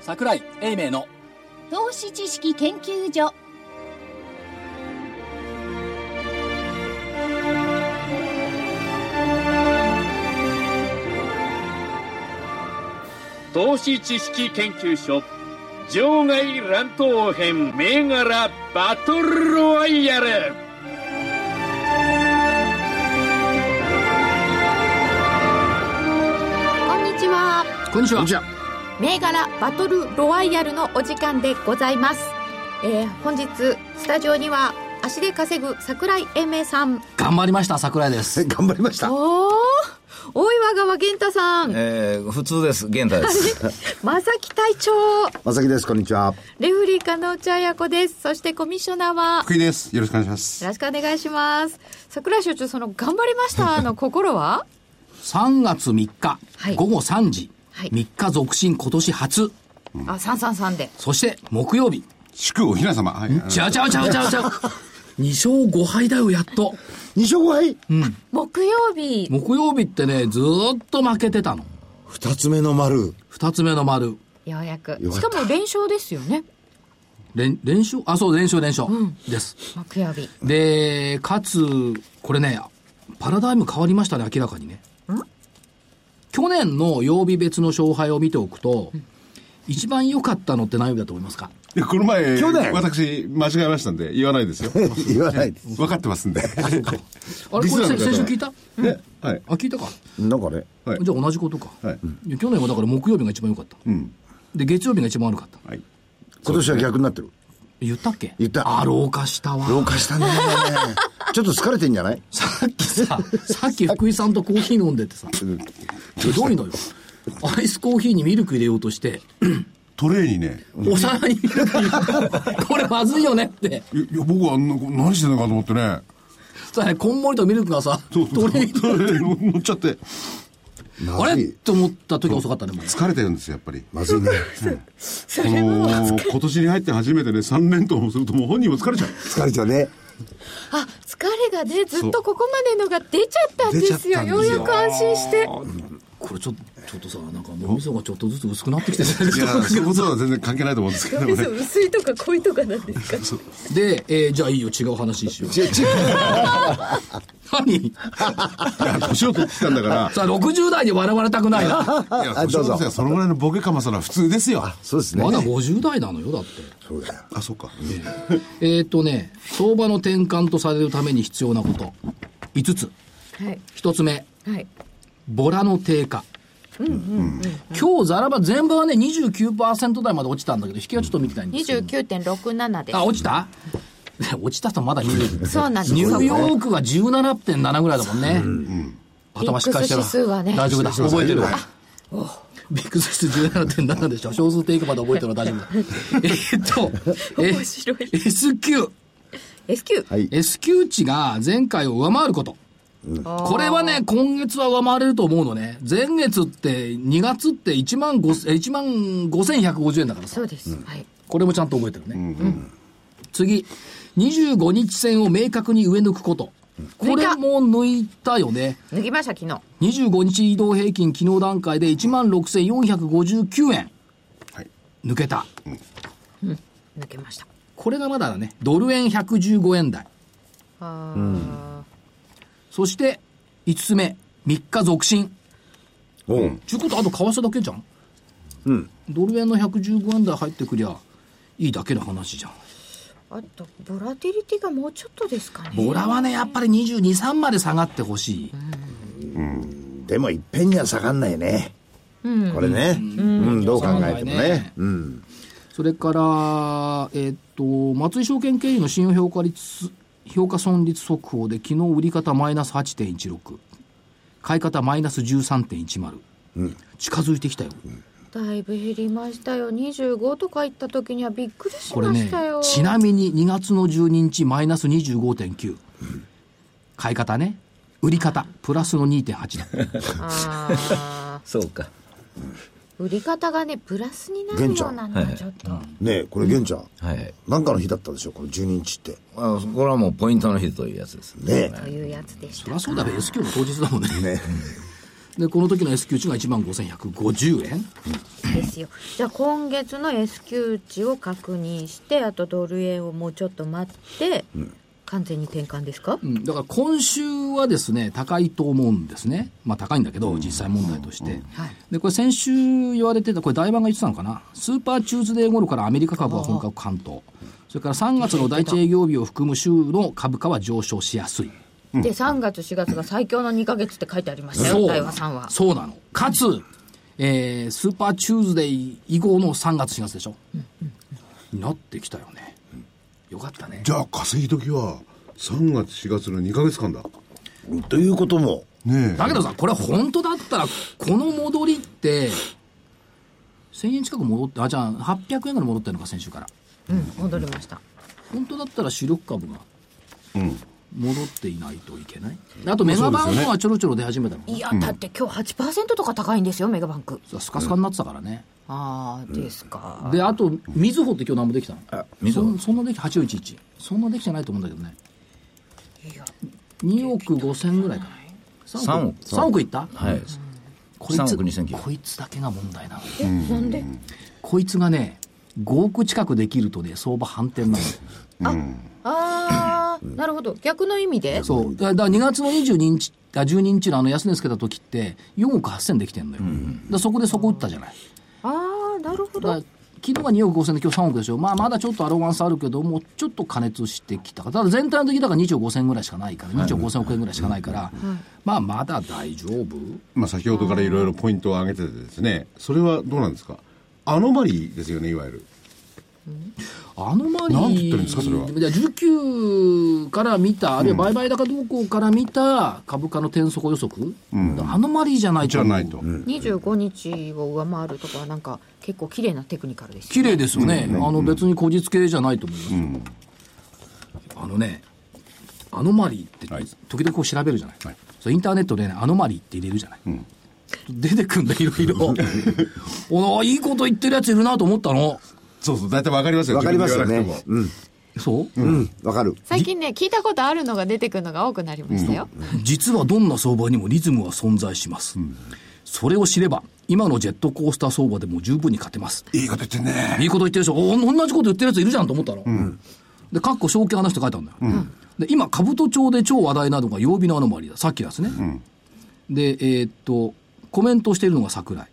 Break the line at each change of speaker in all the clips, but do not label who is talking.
桜井英明の
投資知識研究所
投資知識研究所場外乱闘編銘柄バトルロワイヤル
こんにちは
こんにちは
じゃ
銘柄バトルロワイヤルのお時間でございます、えー本日スタジオには足で稼ぐ桜井英明さん
頑張りました桜井で
あ
す
頑張りました。
おお大岩川源太さん
えー、普通です。現代です。
正木隊長
まさきです。こんにちは。
レフリー加納茶子ですそしてコミッショナーは
福井です。よろしくお願いします
よ。ろしくお願いします桜井所長その頑張りま したの心は
3月3日、
はい
午後3時、
はい
3日続進今年初
あ333で
そして木曜日
祝おひなさま。はい
ちゃうちゃうちゃうちゃうちゃう2勝5敗だよやっと
2勝5敗
木曜日
木曜日ってねずーっと負けてたの
二つ目の丸。
2つ目の丸
ようやく
よ
し
かっ
か
た
も連勝ですよね
連連勝あそう連勝連勝、です
木曜日
でかつこれねパラダイム変わりましたね明らかにね去年の曜日別の勝敗を見ておくと、一番良かったのって何曜日だと思いますか
いやこの前、
去年
私、間違えましたんで、言わないですよ。
言わないです。
分かってますんで。
あれ
リ
こ
スナ
れ
ーの
せ
方
先週聞いた
ねはい。
あ聞いたか、
なんかね、
はい
じゃあ同じことか、
はい
いや去年はだから木曜日が一番良かった、
うん。
で月曜日が一番悪かった
はい。
今年は逆になってる。
言ったっけ
言った
あ老化したわ
老化したんだよね。ちょっと疲れてんじゃない
さっきさ、さっき福井さんとコーヒー飲んでてさ、ひどいのよ。アイスコーヒーにミルク入れようとして、
トレーにね、
お皿にミルク入れてこれまずいよねって。
いいや僕はあんな何してんのかと思ってね、
そしたらね、こんもりとミルクがさ、
そう
トレーに
トレーに乗っちゃって、
あれって思った時は遅かったね、もう。
疲れてるんですよ、やっぱり。
まずいね。
この、今年に入って初めてね、3連投もするともう本人も疲れちゃう。
疲れちゃうね。
あ疲れがねずっとここまでのが出ちゃったんですよようやく安心して
これちょっと、ちょっとさ、なんか脳みそがちょっとずつ薄くなってきてる
いや、そういうことは全然関係ないと思うんですけどね。
薄いとか濃いとかなんですか
で、えーじゃあいいよ、違う話にしよう。
違う違う。
何
いや、年を取ってきたんだか
さあ、60代で笑われたくないな。
ら、いや、年を取ってきたらそのぐらいのボケかますのは普通ですよ。
そうですね
ま。だ50代なのよ、だって。
そうだよ。
あ、そうか。
えーっとね、相場の転換とされるために必要なこと。5つ。
はい
1つ目、
はい
ボラの低下。今日ザラバ全部はね29%台まで落ちたんだけど引きはちょっと見てないんですけど、
29.67で
あ落ちた 落ちたとまだ20
そうなんです
ニューヨ
そう
ークが17.7ぐらいだもんね、頭しっかりしてる
ビックス指数はね
大丈夫だ覚えてるビッグス指数17.7でしょ小数点いくまで覚えてるのは大 丈夫だえーっとえ
面白い
S q
S q
はい。
S q 値が前回を上回ること。これはね、今月は上回れると思うのね。前月って、2月って1万5、1万5150円だからさ
そ。うです、はい
これもちゃんと覚えてるね。次、25日線を明確に上抜くこと。これも抜いたよね。
脱ぎました昨日
25日移動平均昨日段階で1万6459円
はい。
抜けた。
抜けました
これがまだだね。ドル円115円台。
あ
そして、5つ目、3日続伸。
お
ちゅうことあと為替だけじゃんうんドル円の115円台入ってくりゃいいだけの話じゃん
あとボラティリティがもうちょっとですかね
ボラはねやっぱり223まで下がってほしい、
でもいっぺんには下がんないね。これね。うん、どう考え
下が
ても
んないね
ね。うん。
それからえっと松井証券経由の信用評価率評価損率速報で昨日売り方マイナス8.16買い方マイナス13.10、近づいてきたよ、
だいぶ減りましたよ25とかいった時にはびっくりし
これ
ま
ね
したよ、
ちなみに2月の12日マイナス25.9、買い方ね売り方プラスの2.8だ
あ
そうか。
ー売り方がねプラスになるようなのはちょっと、
ねえ、これ、玄ちゃん。
はい。
なんかの日だったでしょこの12日って。
あこれはもうポイントの日というやつです
ね
ね。
というやつでし
そ
た
りゃそうだべ S q の当日だもんね
え。ね
で、この時の S q 値が1万5150円。
ですよじゃあ今月の S q 値を確認してあとドル円をもうちょっと待って、完全に転換ですか、
うん、だから今週はですね、高いと思うんですね。まあ高いんだけど、実際問題として。
はい
で、これ先週言われてた、これ台湾が言ってたのかな。スーパーチューズデー頃からアメリカ株は本格関東。それから3月の第一営業日を含む週の株価は上昇しやすい。
で3月4月が最強の2か月って書いてありましたよ大和さんは
そうなの。かつ、えースーパーチューズデイ以降の3月4月でしょ。になってきたよね。よかったね。
じゃあ稼ぎ時は3月4月の2か月間だ
ということも
ね
だけどさ、これ本当だったら、この戻りって、1000円近く戻って、あ、じゃあ800円ぐらい戻ってるのか、先週から。
うん戻りました
本当だったら主力株が、戻っていないといけない。あとメガバンクはちょろちょろ出始めたのかな。
いやだって今日8%とか高いんですよメガバンク
さスカスカになってたからね。
ああですか、
で、あと、みずほって今日何もできたの
みずほ
そんそんなでき、8411。そんなできてないと思うんだけどね。2億5千ぐらいかな。3
3
億
億。
3億いった
はい。
こいつ
3億2900
こいつだけが問題なの。
えなんで
こいつがね、5億近くできるとね、相場反転な の。
ああなるほど逆の意味で
そう。だから2月の22日、あ、12日のあの安値つけた時って、4億8000できてんのよ。だからそこでそこ打ったじゃない。
ああなる
だか
ほ
ら
ど
昨日が2億5000で今日3億でしょ。まあまだちょっとアロマンスあるけども、ちょっと加熱してきたから。ただ全体の時だから2兆5000ぐらいしかないから、2兆5000億円ぐらいしかないから、まあまだ大丈夫
まあ、先ほどからいろいろポイントを上げててですねそれはどうなんですかアノマリーですよねいわゆる
あのマリー
なんて言ってるんですかそれは
じゃあ19から見た、あるいは売買高動向から見た株価の転速予測、あのマリーじゃない
じ
と
ゃ
思う
ないと、
25日を上回るとかはなんか結構綺麗なテクニカルですよ
綺麗ですよね、あの別にこじつけじゃないと思いますよ、あのねアノマリーって
はい
時々こう調べるじゃない、
はい
そうインターネットでねアノマリーって入れるじゃない、出てくんだいろ いろおいいこと言ってるやついるなと思ったの
そうそう大体わかりますよ
わかりますよ
自
ね
分で言わなくても
うん
そう、
うんわかる
最近ね聞いたことあるのが出てくるのが多くなりましたよ、
実はどんな相場にもリズムは存在します、それを知れば今のジェットコースター相場でも十分に勝てます
いいこと言ってんね
いいこと言ってるでしょお同じこと言ってるやついるじゃんと思ったの、でかっこ証券話って書いてあるんだよ、で今兜町で超話題なのが曜日のアノマリーださっきのやつね、でえーっとコメントしているのが桜井、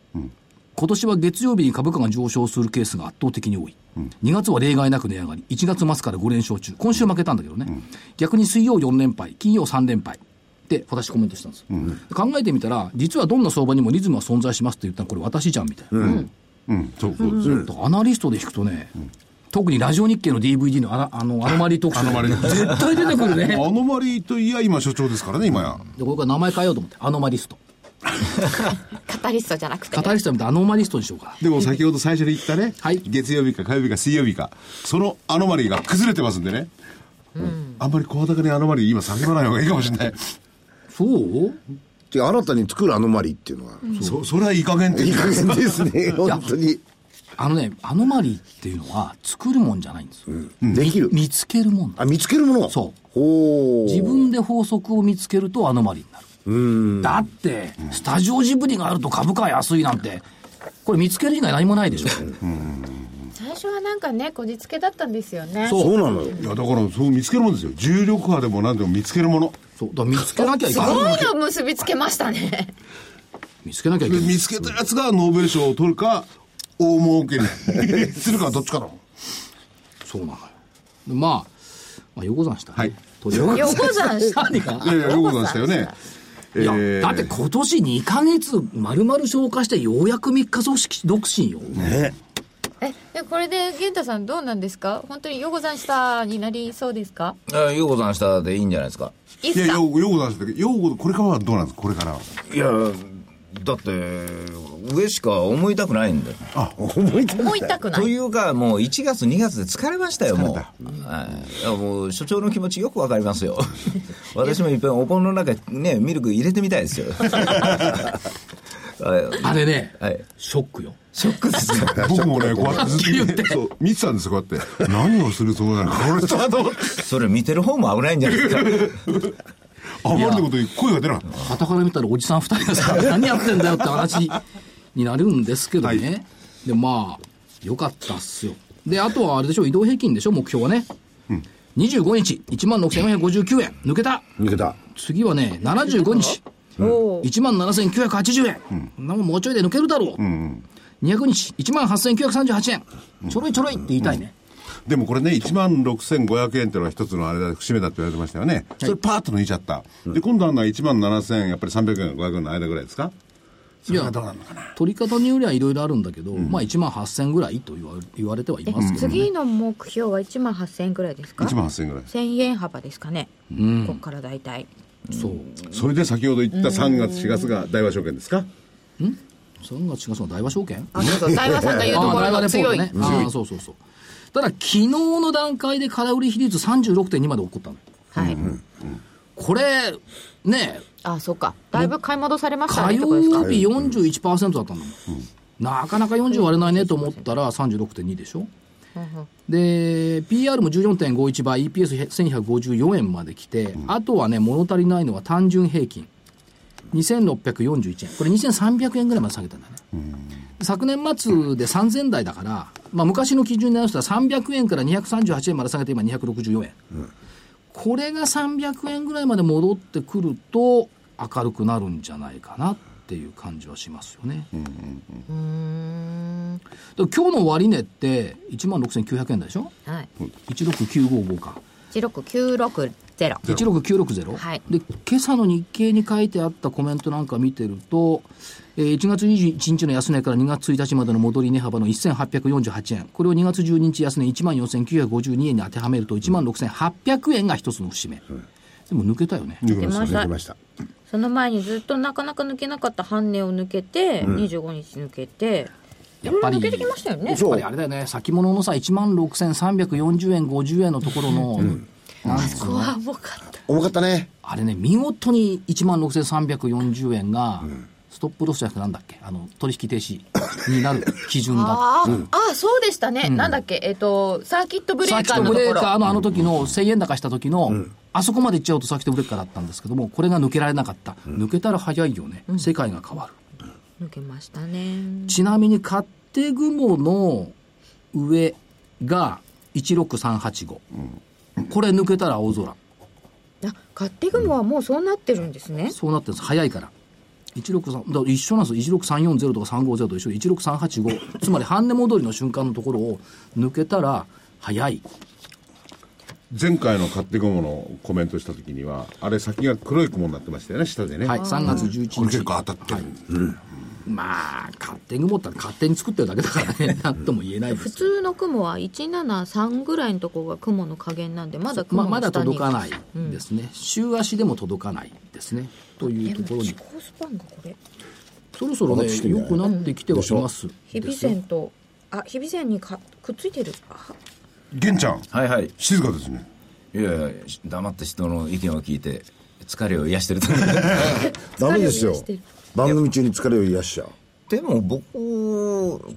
今年は月曜日に株価が上昇するケースが圧倒的に多い、2月は例外なく値上がり1月末から5連勝中今週負けたんだけどね、逆に水曜4連敗金曜3連敗って私コメントしたんですよ、で考えてみたら実はどんな相場にもリズムは存在しますって言ったのこれ私じゃんみたいな、
うんそうそうです
だからアナリストで引くとね、特にラジオ日経の DVD のあらあのアノマリー特集
アノマリー
絶対出てくるね
アノマリーといや今所長ですからね今や
でこれから名前変えようと思ってアノマリスト
カタリストじゃなくて
カタリストみたいなアノマリストにしようかな
でも先ほど最初に言ったね、
はい
月曜日か火曜日か水曜日かそのアノマリーが崩れてますんでね、あんまり小高にアノマリー今叫ばない方がいいかもしれない
そう
違う新たに作るアノマリーっていうのは
そそれはいい加減って
いい
言って
加減ですね本当に
あのねアノマリーっていうのは作るもんじゃないんですよ、
できる
見つけるもんだ
あ見つけるもの
そう
ほう
自分で法則を見つけるとアノマリーになるだってスタジオジブリがあると株価は安いなんてこれ見つける以外何もないでしょ
最初はなんかねこじつけだったんですよね
そう
そうなのよ
いやだからそう見つけるもんですよ重力波でも何でも見つけるもの
そうだから見つけなきゃいけない
の結びつけまし たね
見つけなきゃいけ
で
ない
見つけたやつがノーベル賞を取るか大儲 けにするかどっちかだもん
そうなのよでまあまあ横山したね、
はい
とりあえず
横山し た
何が
いやいやようございましたよね
いや、
えー
だって今年2ヶ月丸々消化してようやく3日続し独身よ。
えでこれで源太さんどうなんですか本当に横山したになりそうですか
あようござんしたでいいんじゃないですか。
いいっ
いや
すか
ようようございましたけどようごこれからはどうなんですかこれからはい
や、だって、上しか思いたくないんで。
もう痛くな
と
い
いうか、もう1月、2月で疲れましたよ、もう。はいいやもう所長の気持ちよくわかりますよ。 私もいっぺんお盆の中、ね、ミルク入れてみたいです よ。はい
あれね、
はい
ショックよ。
ショックですよ。
僕もねこうやってずっと見てそう見てたんですよこうやって何をするつもりなのかこの人はと思って
それ見てる方も危ないんじゃないですか。
あまりのことに声が出なかった。
傍から見たらおじさん二人がさ、何やってんだよって話になるんですけどね。
は
で、まあ、よかったっすよ。で、あとはあれでしょ、移動平均でしょ、目標はね。25日、16,459円。抜けた。
抜けた。
次はね、75日、
おー
17,980円。こんなもんもうちょいで抜けるだろう。200日、18,938円。ちょろいちょろいって言いたいね。
でもこれね、1万6500円っていうのが一つのあれだ、節目だって言われてましたよね。それパーッと抜いちゃった。で、今度は1万7000円、やっぱり300円、500円の間ぐらいですかそれがどうなるのかな。
取り方によりはいろいろあるんだけど、まあ1万8000ぐらいと言わ言われてはい
え
ますけどね、
次の目標は1万8000円ぐらいですか
1万8000円ぐらい。
1000円幅ですかね、ここから大体
そう
それで先ほど言った3月、4月が大和証券ですか
3月4月の大和証券
あそうそう大和さんが言うと
あ
こ
あ、大
ろ
和
の
レポー
強
ト
い、
ね。ああ、そうそうそう。ただ、昨日の段階で空売り比率36.2まで起こったの。
はい、
これ、ねえ、
あそうかだいぶ買い戻されました
火
ねって
曜
ことですか
日41%だったんだもん。なかなか40割れないねと思ったら36.2でしょ。で、PR も14.51倍、EPS1154 円まで来て、あとはね、物足りないのは単純平均。2641円。これ2300円ぐらいまで下げたんだね。昨年末で3000台だから、まあ、昔の基準に直したら300円から238円まで下げて今264円、これが300円ぐらいまで戻ってくると明るくなるんじゃないかなっていう感じはしますよね、だから今日の終値って1万6900円台でしょ
はい、
16955か
16960
16960、
はい
で今朝の日経に書いてあったコメントなんか見てると、えー1月21日の安値から2月1日までの戻り値幅の1848円これを2月12日安値1万4952円に当てはめると1万6800円が一つの節目、でも抜けたよね
抜
出
けま
まし
したね
た
出ました。
その前にずっとなかなか抜けなかった半値を抜けて、25日抜けて
やっぱり
いろいろ抜けてきましたよね
やっぱりあれだよね先物のさ1万6340円50円のところの、なんつうの
あ重かった
重かったね。
あれね見事に1万6340円が、ストップロスじゃなくてなんだっけあの取引停止になる基準だった
あ、ーあそうでしたね、なんだっけえっ、とサーキットブレ
サ
ー
ーキ
カ
ッ
ー
ト
の
ブ
と
レー
こ
カ
ろ
ーのあの時の1000円高した時の、あそこまで行っちゃうとサーキットブレーカーだったんですけども、これが抜けられなかった。抜けたら早いよね。世界が変わる。
抜けましたね
ちなみに勝手雲の上が16385。これ抜けたら青空。
あ勝手雲はもうそうなってるんですね、
そうなってるんです。早いから。163だから一緒なんですよ16340とか350と一緒で16385つま り半値戻りの瞬間のところを抜けたら早い
前回の買ってくものをコメントした時には、あれ先が黒い雲になってましたよね、下でね。
はい、3月11日。
これ結構当たってる
まあ、勝手に持ったら勝手に作ってるだけだから ね、なんとも言えないで
普
すけど。
通の雲は173ぐらいのところが雲の加減なんでまだ雲
まあ、
の下に
まだ届かないですね、週足でも届かないですね。というところに
飛、行スパンがこれ
そろそろね、良くなってきてはきます。
日比線とあ日比線にかくっついてるあ
玄ちゃ ん、
はいはい
静かですね。
いやいや黙って人の意見を聞いて疲れを癒してると 思
ダ
う
メです
疲れを癒
よ
してる。
番組中に疲れを癒しちゃう。
でも僕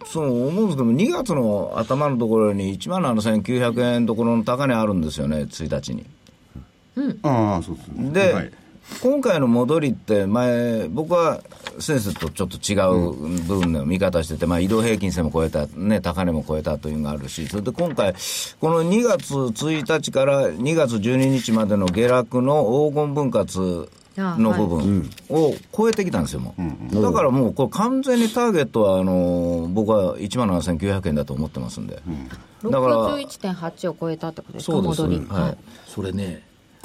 その思うんですけど2月の頭のところに1万7900円のところの高値あるんですよね1日に
ああ、そうですね。
で、
はい
今回の戻りって前僕はセンスとちょっと違う部分の見方してて、まあ、移動平均線も超えた、ね、高値も超えたというのがあるしそれで今回この2月1日から2月12日までの下落の黄金分割の部分を超えてきたんですよ、もうだからもうこれ完全にターゲットはあの僕は1万7900円だと思ってますんで、だから
61.8を超えたってことですか
そうです
戻り、
はい
それね、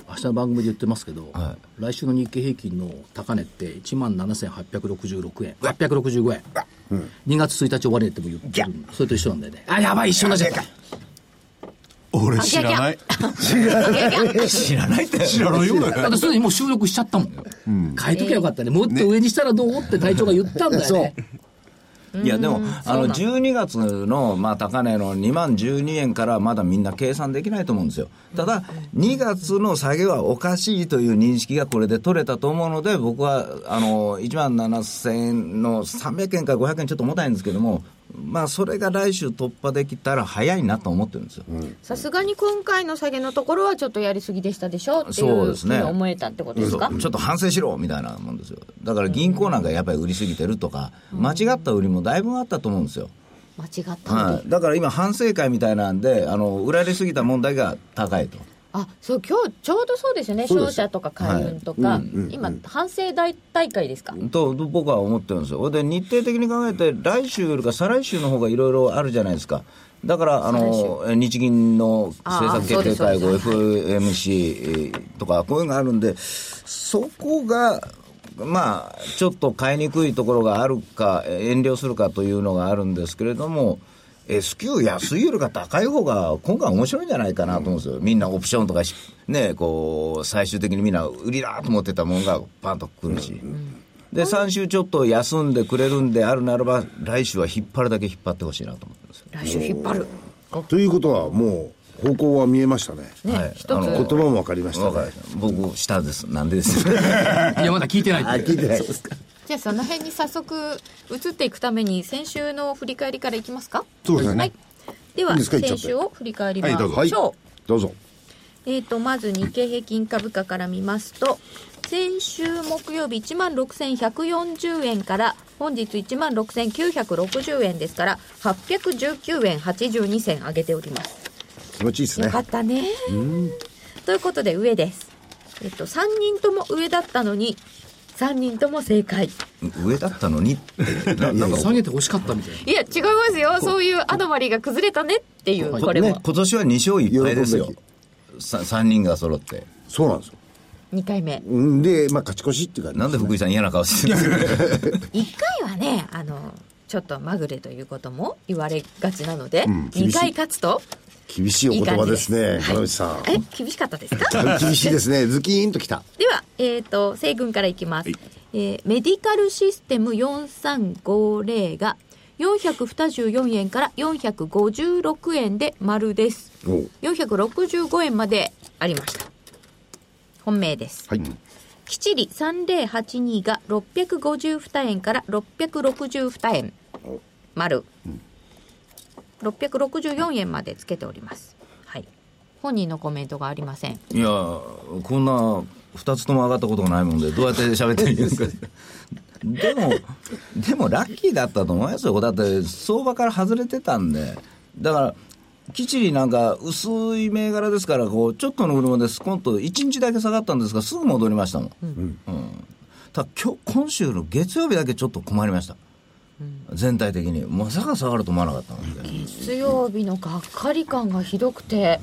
明日の番組で言ってますけど、
は
来週の日経平均の高値って1万7866円、865円。2月1日終わりっても言ってる。それと一緒なんだよね。あ、やばい、一緒になっちゃった。
俺知らない。
知らないって
知らないよね。
だってすでにもう収録しちゃったもん。変えときゃよかったね。もっと上にしたらどうって隊長が言ったんだよね。
いやでもあの12月のまあ高値の2万12円からまだみんな計算できないと思うんですよただ2月の下げはおかしいという認識がこれで取れたと思うので僕はあの1万7000円の300円から500円ちょっと重たいんですけどもまあ、それが来週突破できたら早いなと思ってるんですよ。
さすがに今回の下げのところはちょっとやりすぎでしたでしょってい
そう
う
です
ふ
ね
うに思えたってことですか
そうちょっと反省しろみたいなもんですよだから銀行なんかやっぱり売りすぎてるとか間違った売りもだいぶあったと思うんですよ、
間違ったので、
はい、だから今反省会みたいなんであの売られすぎた問題が高いと
あそう今日ちょうどそうですよね商社とか海運とか、今反省大大会ですか、
と僕は思ってるんですよで日程的に考えて来週よりか再来週の方がいろいろあるじゃないですかだからあのえ日銀の政策決定会合
あ
FMC えーとかこういうのがあるんでそこがまあちょっと買いにくいところがあるかえ遠慮するかというのがあるんですけれども S q 安いよりか高い方が今回面白いんじゃないかなと思うんですよ、みんなオプションとかしねこう最終的にみんな売りだと思ってたもんがパンと来るし。で3週ちょっと休んでくれるんであるならば来週は引っ張るだけ引っ張ってほしいなと思ってます
来週引っ張る
ということはもう方向は見えましたね
ね、
はい
一つ
あの
言葉も分かりました
わかり
ね
ました僕下ですなんでです
いやまだ聞いてない
あ 聞いてないですか
じゃあその辺に早速移っていくために先週の振り返りからいきますか
そうですね
はい、ではい
いですか行っちゃっ
先
て
週を振り返りま
はい
し
ど
ょう、
はい
うぞ
どうぞ
えー、とまず日経平均株価から見ますと先週木曜日1万6140円から本日1万6960円ですから819円82銭上げております
気持ちいいです
よ
ね
かったね。ということで上です。えっと、3人とも上だったのに、3人とも正解。
上だったのにってななんか
下げて欲しかったみたいない
や、違いますよ。そういうアドマリーが崩れたねっていう、これ
ね
も。
今年は2勝1敗です
喜
よ
ぶ
さ3人が揃って
そうなんですよ
2回目。
うんでまあ勝ち越しっていうか
なんで福井さん嫌な顔してるんですか
1回はね、あの、ちょっとまぐれということも言われがちなので、
厳しい
2回勝つと、
厳しいお言葉です
いい
ね
感じです
金内さん
え、厳しかったですか
厳しいですねズキーンときた
では、えっ、と、西軍からいきます。えーメディカルシステム4350が424円から456円で丸です。
おう
465円までありました。本命です。
はい
きちり3082が652円から662円丸、664円までつけております。はい。本人のコメントがありません。
いやこんな2つとも上がったことがないもんでどうやって喋っていいんですかでもでもラッキーだったと思いますよだって相場から外れてたんでだからきちりなんか薄い銘柄ですからこうちょっとの売りもでスコンと1日だけ下がったんですがすぐ戻りましたもん、うんただ今日今週の月曜日だけちょっと困りました、全体的にまさか下がると思わなかったので、
月曜日のがっかり感がひどくて、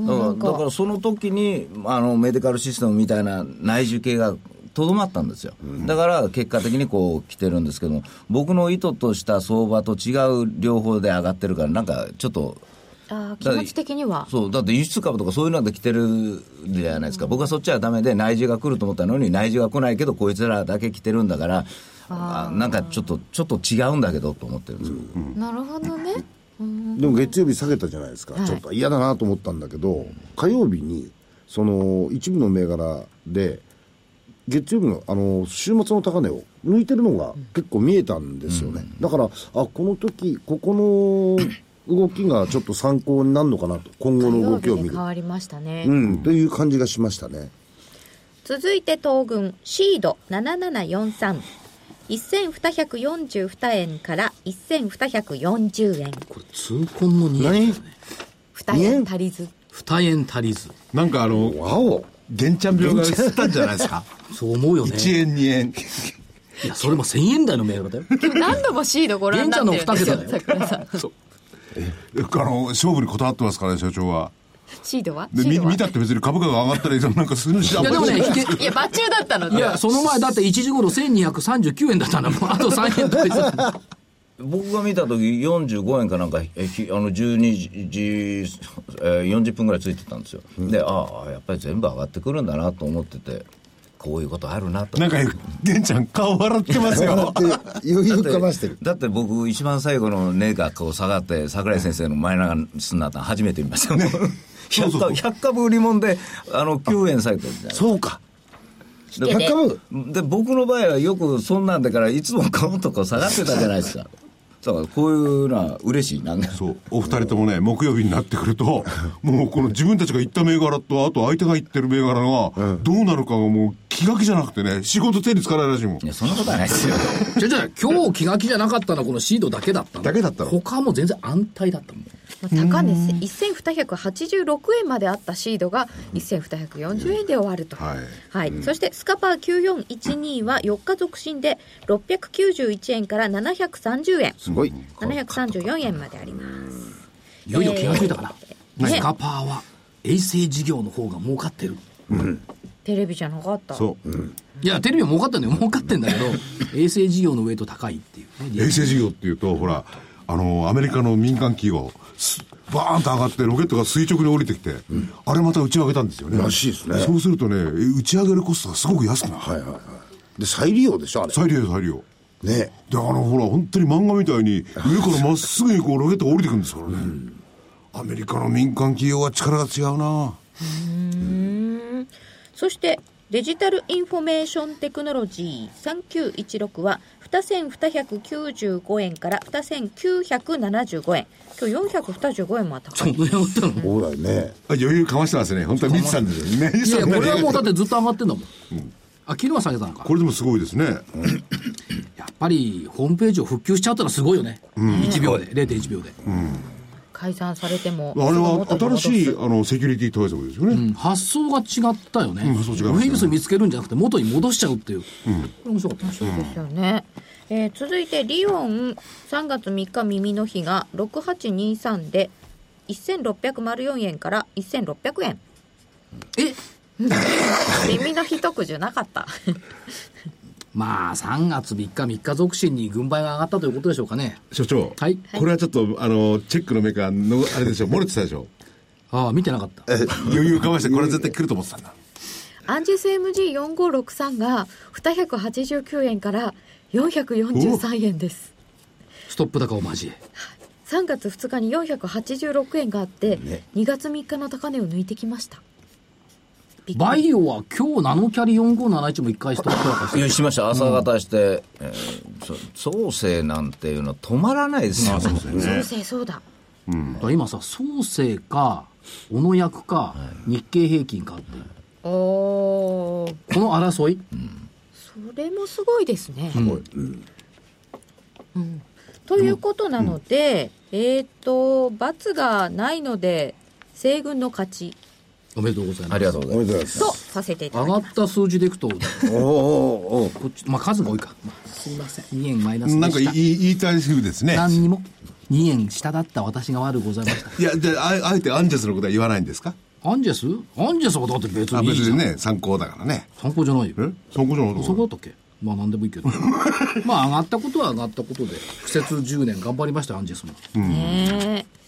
だか
な
ら
んか
だからその時にあのメディカルシステムみたいな内需系がとどまったんですよ、だから結果的にこう来てるんですけども僕の意図とした相場と違う両方で上がってるからなんかちょっと
あー気
だから
持ち的には、
そうだって輸出株とかそういうので来てるじゃないですか、僕はそっちはダメで内需が来ると思ったのに内需が来ないけどこいつらだけ来てるんだからあなんかちょっとちょっと違うんだけどと思ってるんですよ、
なるほどね、
でも月曜日下げたじゃないですか、
はい
ちょっと嫌だなと思ったんだけど火曜日にその一部の銘柄で月曜日のあの週末の高値を抜いてるのが結構見えたんですよね、だからあこの時ここの動きがちょっと参考になるのかなと今
火
後の
曜
動きを
日に
見る
変わりましたね、
うんという感じがしましたね
続いて東軍シード7743 1242円から1240円
これ痛恨の2円
2円足りず
2円足りず
なんかあの
わお
玄ちゃん病が映ったんじゃないですか
そう思うよね
1円2円
いやそれも1000円台の銘柄だよ
何度もシードご覧になってるんですよ
現地の二
桜さん
あの勝負にこだわってますからね社長は
シードは
で
シー
見
ドは
見たって別に株価が上がったりなんか数字あん
いやでも
まり
ね引け
いや場中だったので
いや、その前だって1時頃1239円だったんだもん。あ と3円足りず。
僕が見た時45円かなんかえひあの12時、えー40分ぐらいついてたんですよ、でああやっぱり全部上がってくるんだなと思っててこういうことあるなと
なんか玄ちゃん顔笑ってますよ
余裕か ましてる
だって僕一番最後の値がこう下がって桜井先生の前長すんなったの初めて見ました もん 100, 株100株売りもんであの9円下げてるじゃない
そうか100株
で僕の場合はよくそんなんだからいつも株とか下がってたじゃないですかそうこういうのは嬉しいなんか
そうお二人ともね木曜日になってくると もうこの自分たちが言った銘柄とあと相手が言ってる銘柄がどうなるかがもう気が気じゃなくてね仕事手につかないらしいもん
いやそんなことはないですよ
じゃじゃ今日気が気じゃなかったのはこのシードだけだったの
だけだったの
他はもう全然安泰だったもん
まあ、高値1286円まであったシードが1240円で終わると、
はい
そしてスカパー9412は4日続伸で691円から730円
すごい。
734円まであります
いよいよ気が付いたかな、
ね
スカパーは衛星事業の方が儲かってる
テレビじゃなかった
そう、
いやテレビは儲かったんだよ儲かってんだけど 衛星事業のウェイト高いっていう
衛
ね
星事業っていうとほらあのアメリカの民間企業すバーンと上がってロケットが垂直に降りてきて、あれまた打ち上げたんですよね
らしいですね
そうするとね打ち上げるコストがすごく安くなる、
はいはいはい。で、再利用でしょ、あれ。
再利用再利用
ね。
であのほら本当に漫画みたいに上からまっすぐにこうロケットが降りてくるんですからね、アメリカの民間企業は力が違うな
そしてデジタルインフォメーションテクノロジー3916は2295円から2975円今日425円もあっ た
そんなに上がったの
そうだよね。
あ余裕かましてますね本当は見てたんですよね
いやいやこれはもうだ
っ
ってずっと上がってんだもん、あ昨日は下げたのか
これでもすごいですね、
やっぱりホームページを復旧しちゃったらすごいよね、1秒で0.1秒で、
解散されても
あれは
すぐ元に戻
新
す
しいあのセキュリティ対策ですよね、
うん発想が違ったよね、
ん発想違いましたね
ウイルス見つけるんじゃなくて元に戻しちゃうっていう、これ面白かった
そうですよね、えー続いてリオン3月3日耳の日が6823で1604円から1600円
え
耳の日特需なかった
まあ3月3日3日続進に軍配が上がったということでしょうかね
所長、
はい
これはちょっとあのチェックのメーカーのあれでしょ漏れてたでしょ
ああ見てなかった
余裕かましてこれは絶対来ると思ってたんだ
アンジス MG4563 が289円から443円です
ストップ高を交え
3月2日に486円があって、2月3日の高値を抜いてきましたびっく
バ
り
イオは今日ナノキャリ4571も1回ストップ高して
いやしました朝方して、えーそ創生なんていうのは止まらないですよ、
そうせいそうだ
だから今さ創生か小野役か日経平均かって
おー
この争い
それもすごいですね、
ん
ということなので、えっ、と罰がないので西軍の勝ち
おめでとうございます
ありがとうござい
お
ま
め
す
でとうございます。
とさせていただ
上
きま
が
す
った数字でいくとこ
おーおーおー
っちまあ数が多いか、まあ、すいません2円マイナスで
なんか
し
い
た
い言いたい風ですね
何にも2円下だった私が悪うございました
いやじゃあああえてアンジェスのことは言わないんですか
アンジェスアンジェスはだって別
あ
にいい
別
じゃ
に
ん、
ね参考だからね
参考じゃないよ
え参考じゃなかった
そこだったっけまあ何でもいい けどまあ上がったことは上がったことで苦節10年頑張りましたよアンジェスも
ねえ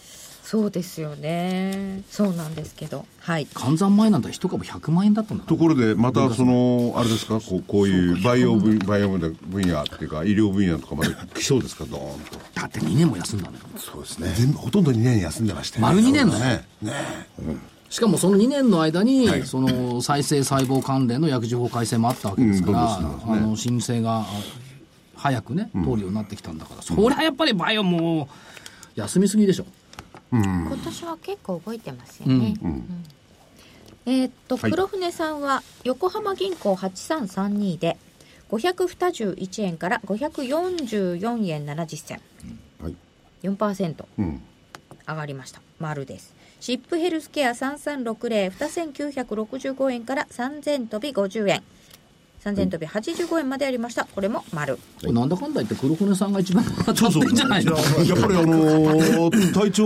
そうですよねそうなんですけどはい
換算前なんて1株100万円だったんだから
ところでまたそのあれですかこうこういうバイオ分バイオ分野っていうか医療分野とかまで来そうですかドーンと
だって2年も休んだんだよ
そうですね全部ほとんど2年休んでましたよ
丸二年だよ
ねね
しかもその2年の間に、その再生細胞関連の薬事法改正もあったわけですから、
うんどんどん進んで
あの
ますね
申請があ早くね、通るようになってきたんだから、そりゃやっぱりバイオもう休みすぎでしょ。
今年は結構動いてますよね、うんえーっと
はい
黒船さんは横浜銀行8332で521円から544円70銭
はい
4%
うん
上がりました丸ですシップヘルスケア33602965円から3000飛び50円3000飛び85円までありましたこれも丸
これなんだかんだ言って黒船さんが一番当たってんじゃないの
やっぱりあのー体調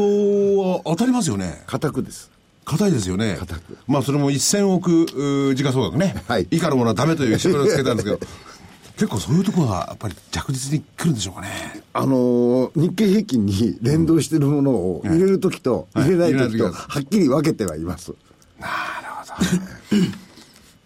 は当たりますよね
固くです。
硬いですよね
硬く
まあそれも1000億うー時価総額ね、
はい
以下のものはダメという絞りをつけたんですけど結構そういうところはやっぱり着実に来るんでしょうかね
あのー日経平均に連動してるものを入れるときと
はい
入れないときと、
はい入れない時が
はっきり分けてはいます。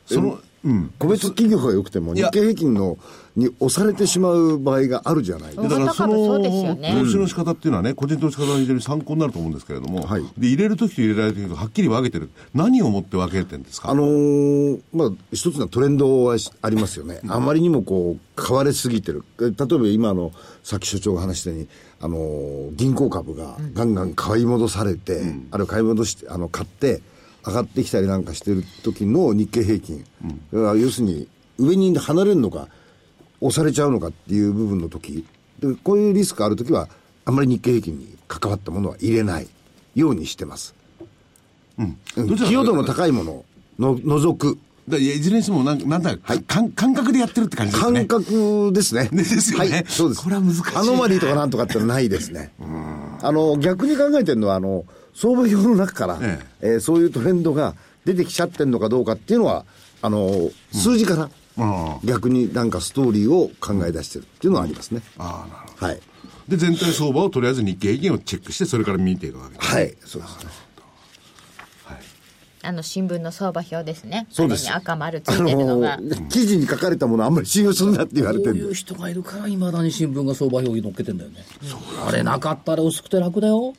そのうん
個別企業が良くても、日経平均のに押されてしまう場合があるじゃない
ん
だからそ
大型
の投
株そうですよね
資の仕方っていうのはね、個人投資家の非常に参考になると思うんですけれども、
はい
で入れるときと入れられるときとはっきり分けてる、何をもって分けてるんですか、
あのーまあ、一つのトレンドはしありますよね。あまりにもこう、買われすぎてる。え例えば今あの、さっき所長が話したように、あのー銀行株がガンガン買い戻されて、あるいは買い戻して、あの、買って、上がってきたりなんかしてる時の日経平均。だから要するに、上に離れるのか、押されちゃうのかっていう部分の時でこういうリスクある時は、あまり日経平均に関わったものは入れないようにしてます。うん
どちら
寄与度の高いものをの除く
だいやいずれにしてもなん、なんだか、かん感覚でやってるって感じですね
感。覚ですね。
ですよね
はい、そうです。
これは難しい
アノマリーとかなんとかってのはないですね。あの、逆に考えてるのは、あの、相場表の中から、え
え
ーそういうトレンドが出てきちゃってるのかどうかっていうのは、あの、数字から、
あ
逆になんかストーリーを考え出してるっていうのはありますね。
ああなるほ
はい。
どで全体相場をとりあえず日経平均をチェックしてそれから見ていくわけです、
はい、そうですね。
あの新聞の相場表ですね
そうです
あれに赤丸つ
あ
いてるのが、
の、記事に書かれたものあんまり信用するなって言われて
こ
る
うんい
で
う人がいるから、いまだに新聞が相場表に載っけてんだよね。あれなかったら薄くて楽だよ。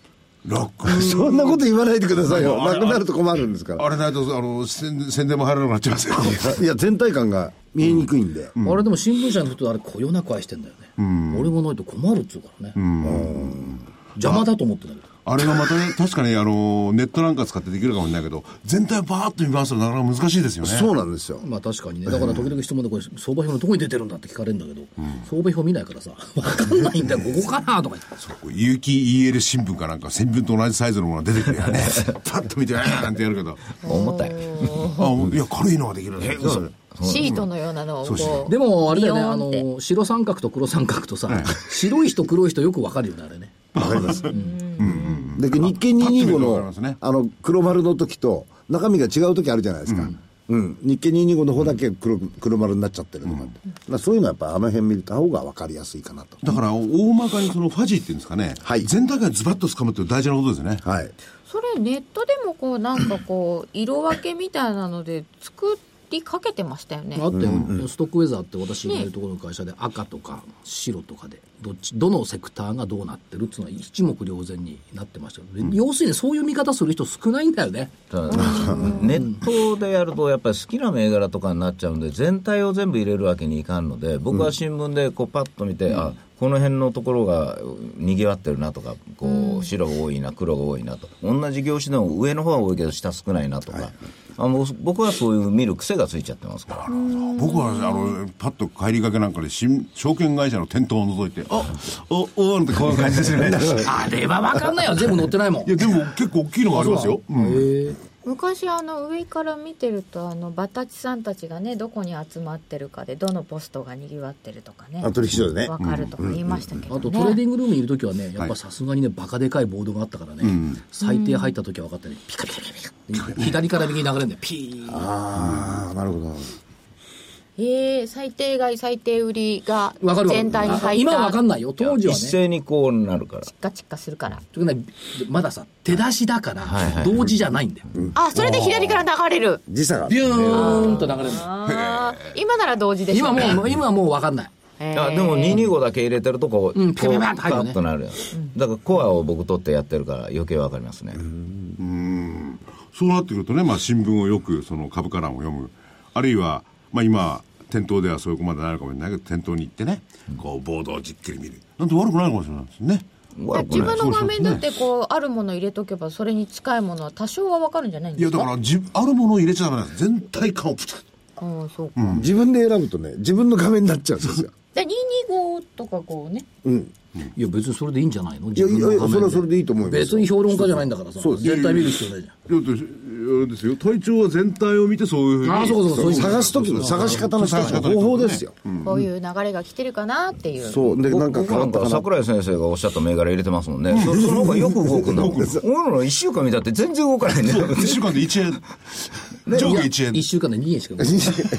楽
そんなこと言わないでくださいよ。なくなると困るんですから。
あれないとあの宣宣伝も入らなくなっちゃいますよ
いや、全体感が見えにくいんで。
あれでも新聞社の人あれこよなく愛してんだよね。俺もないと困るっつうからね。うん邪魔だと思ってんだけど。
あれがまたね確かにあのネットなんか使ってできるかもしれないけど全体をバーッと見回すのなかなか難しいですよね
そうなんですよ。
まあ確かにね、だから時々質問でこれ、相場表のどこに出てるんだって聞かれるんだけど、相場表見ないからさ、わかんないんだよ、ここかなとか言って。
こう有機 EL 新聞かなんか新聞と同じサイズのものが出てくるよ ねパッと見てあーなんてやる けど
重たい。
あいや軽いのができるねそう
シートのようなのを
そうそ
こう
でもあれだよね、
ビヨ
あ
ーンって
の、白三角と黒三角とさ、白い人黒い人よくわかるよね、あれね。
わかります。で日経225
パッと見るとわかります
の
ね
あの黒丸の時と中身が違う時あるじゃないですか。うん、日経225の方だけ黒黒丸になっちゃってるとかって、まあそういうのはやっぱあの辺見た方が分かりやすいかなと。
だから大まかにそのファジーっていうんですかね、
はい
全体がズバッと掴むっていうのは大事なことですよね
はい。
それネットでもこうなんかこう色分けみたいなので作りかけてましたよね
あったよ、ストックウェザーって私がいるところの会社で赤とか白とかでどっちどのセクターがどうなってるっていうのは一目瞭然になってましたよ、で要するにそういう見方する人少ないんだよね
ただネットでやるとやっぱり好きな銘柄とかになっちゃうんで全体を全部入れるわけにいかんので僕は新聞でこうパッと見て、あこの辺のところがにぎわってるなとかこう白が多いな黒が多いなと同じ業種でも上の方は多いけど下少ないなとか、あの僕はそういう見る癖がついちゃってますから。
僕はあのパッと帰りがけなんかで新証券会社の店頭を覗いてあおおーってこういう感じですよね
あれは分かんない よ全部載ってないもん
いやでも結構大きいのがありますよ、うん
昔あの上から見てるとあのバタチさんたちがねどこに集まってるかでどのポストがにぎわってるとかね
あ取引所でね
わかるとか言いましたけどね、
あとトレーディングルームにいる時はねやっぱさすがにねバカでかいボードがあったからね、最低入った時は分かったねピカピカピカピカって左から右に流れるんだよピー
ああ、なるほど。
ええ最低買い最低売りが
分かるわ
全体に入った
今は分かんないよ当時は
一
ね
斉にこうなるから
ガチッカするから
というかねまださ手出しだから
はいはい
同時じゃないんだよ、
あそれで左から流れる
時差がある
ビューンと流れるの
あー今なら同時でしょ
今
うね
もう今はもう分かんない
えー
あでも225だけ入れてるとこう、
うんピカ
こ
ピ
う
カ
パ
ピカって入るよね
ッとなるやんだからコアを僕取ってやってるから余計わかりますね、
そうなってくるとね、まあ、新聞をよくその株価欄を読むあるいは、まあ、今店頭ではそういうこまでないのかもしれないけど店頭に行ってねこうボードをじっくり見るなんて悪くないのかもしれないですね
悪く
自
ない
分の画面だってこうあるもの入れとけばそれに近いものは多少は分かるんじゃないん
い
で
や
すか
だからじあるものを入れちゃダメなんです全体感をプチッ
うんそうか、
自分で選ぶとね、自分の画面になっちゃうんですよ。
で225とかこうね
うん。
いや別にそれでいいんじゃないの
いやいやいやそれはそれでいいと思いますよ
別に評論家じゃないんだからさ
そうです
絶対見る必要ないじゃん
ということですよ体調は全体を見てそういうふうに
ああそうかそうかそういう
探す時の探し方の一つの方法ですよ。
こういう流れが来てるかなっていう、
そう。で、なんか変
僕な
わっ
ん
たか
か
な。
桜井先生がおっしゃった銘柄入れてますもんね、そその方がよく動くん だもん俺の1週間見たって全然動かないんだよ
1週間で1円上下1円
1週間で2円しかない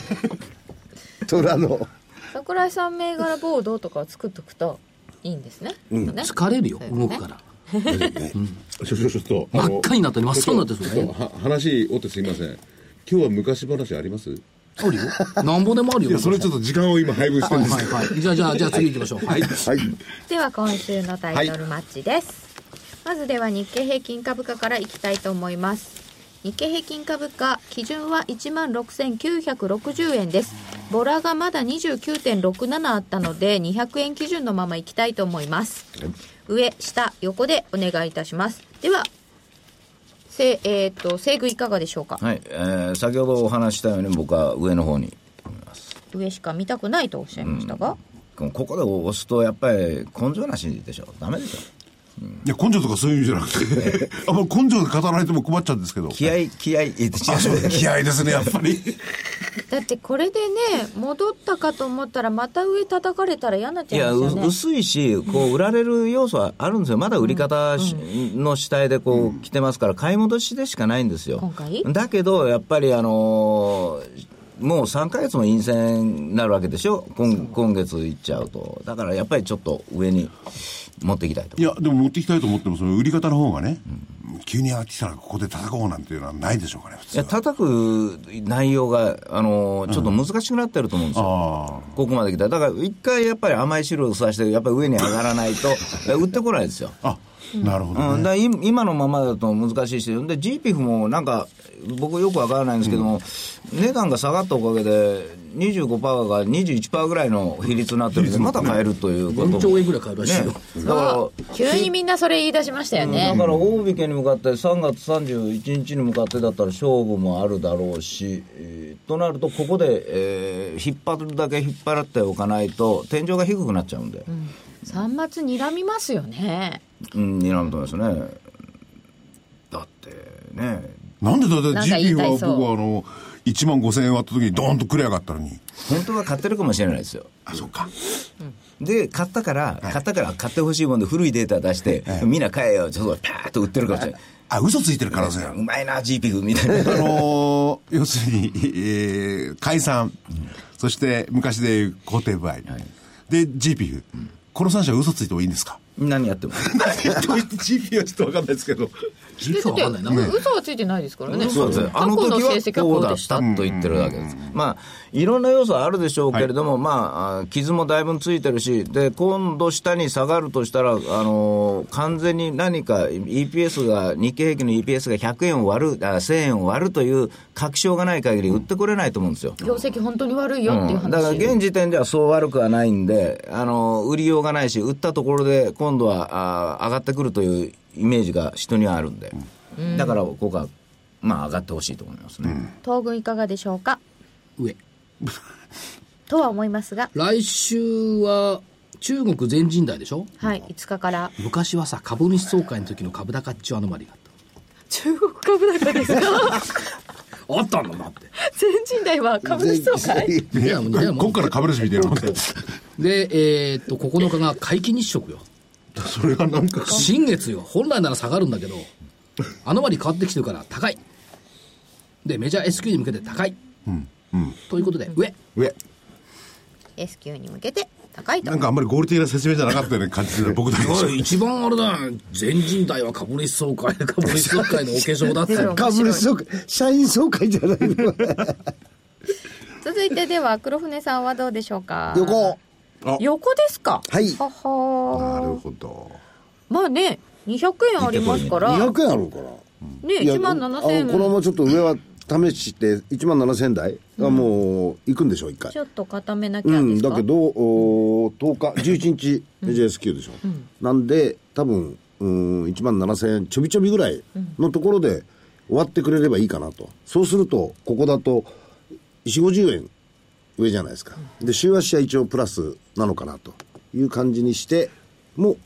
虎の。
桜井さん銘柄ボードとかを作っとくといいんですね,、ね
疲れるよ
そうです
動
ね
くから
所長ちょっとあの
真っ赤になったり真っ青になってそうだね
ちょっとは話折ってすいません今日は昔話あります
あるよ。なんぼでもあるよ。
いや、それちょっと時間を今配分して
は
るん
い
です
は
け
い
ど。
はい。じゃあ、じゃあ、じゃあ次行きましょう。はい。
はい。
では今週のタイトルマッチです、まずでは日経平均株価からいきたいと思います日経平均株価基準は1万6960円ですボラがまだ29.67あったので200円基準のままいきたいと思います上下横でお願いいたしますではせえっ、と西具いかがでしょうか
はい、えー先ほどお話ししたように僕は上の方に
上しか見たくないとおっしゃいましたが、
ここで押すとやっぱり根性なしでしょダメでしょ
いや、根性とかそういう意味じゃなくて、あんまり根性で語られても困っちゃうんですけど。
気合気合いえ違う
あそうだ 気合ですね、やっぱり。
だってこれでね戻ったかと思ったらまた上叩かれたら嫌になっち
い
ゃいま
や
すよね
う薄いしこう売られる要素はあるんですよまだ売り方しの主体でこう来てますから買い戻しでしかないんですよ
今回
だけどやっぱりあのーもう3ヶ月も陰線になるわけでしょ今今月いっちゃうとだからやっぱりちょっと上に持っていきたいと
いや、でも持ってきたいと思っても、その売り方の方がね、急に上がってきたらここで叩こうなんていうのはないでしょうかね、普
い
通
や
は。
叩く内容が、あのーちょっと難しくなってると思うんですよ、
あ
ここまで来たら、だから一回やっぱり甘い汁をさして、やっぱり上に上がらないと、 え売ってこないですよ。
あ。あ、なるほ
う
ど
ん、だ
ね。
からい今のままだと難しいし、で、GPF もなんか、僕よくわからないんですけども、値段が下がったおかげで、25%が21%ぐらいの比率になってるんで、また買えるということも
4兆円ぐらい買えるらしいよ
ね。だから、
急にみんなそれ言い出しましたよね
だ、から大引けに向かって3月31日に向かってだったら勝負もあるだろうし、えーとなるとここで、えー引っ張るだけ引っ張っておかないと天井が低くなっちゃうんで、うん
三末睨みますよね
にらむと思いますねだってね
なんでだって
なんか言い
GP
た
はい
そう
僕はあの、1万5000円割った時にドーンとくれやがったのに。
本当は買ってるかもしれないですよ
あ、そっか。
で買ったから、買ったから買ってほしいもんで古いデータ出して、みんな買えよちょっとパーッと売ってるかもしれない、
あ、嘘ついてる可能性がある
う。まいな GP みたいな
あのー要するに、えー解散、そして昔でいう固定倍、で、GPF、この3社嘘ついてもいいんですか
何やっても
どう言って GP はちょっとわかんないですけど。
実はわかんないな。
嘘はついてないですからね
そうですね。あの
過去の
時
成績
は
はこ
こう
う
だ
で
っ
した
たと言ってるだけです。まあ、いろんな要素はあるでしょうけれども、まああ、傷もだいぶついてるし、で、今度下に下がるとしたら、あのー完全に何か EPS が、日経平均の EPS が100円を割る、あ1000円を割るという確証がない限り売ってこれないと思うんですよ。
業績本当に悪いよっていう
うんだから
話、
現時点ではそう悪くはないんで、あの売りようがないし、売ったところで今度はあ上がってくるというイメージが人にはあるんで、だからここが、まあ、上がってほしいと思いますね。
東軍いかがでしょうか
上。
とは思いますが
来週は、中国全人代でしょ
はい5日から
昔はさ、株主総会の時の株高っちゅうアノマリがあった。
中国株高ですが
あったんだなって。
全人代は株主総会
いやもうね
こ
も
こっから株主みたいなも んで。
うで、えーっと、9日が皆既日食よ。
それがなん か、
新月よ。本来なら下がるんだけど、アノマリ変わってきてるから高い。で、メジャー S q に向けて高い。ということで、上。
上。
S q に向けて高いと
なんかあんまり合理的な説明じゃなかったような感じする僕だけで
おい一番あれだよ全人代は株主総会株主総会のお化粧だって
それ面
株
白い
主総会、社員総会じゃないの。
続いてでは黒船さんはどうでしょうか
横。
横ですか
はい
はは
な
ー
るほど。
まあね200円ありますからね
200円あるのかな。
1万
あ
7000
のこのま
円
まちょっと上は試して1万7000台がもう行くんでしょ一回
ちょっと固めなき
う
ゃ
ん
ですか
だけどおー10日11日 JSQ でしょ、なんで多分うん1万7000円ちょびちょびぐらいのところで終わってくれればいいかなとそうするとここだと4 5 0円上じゃないですかで週足は一応プラスなのかなという感じにしてもう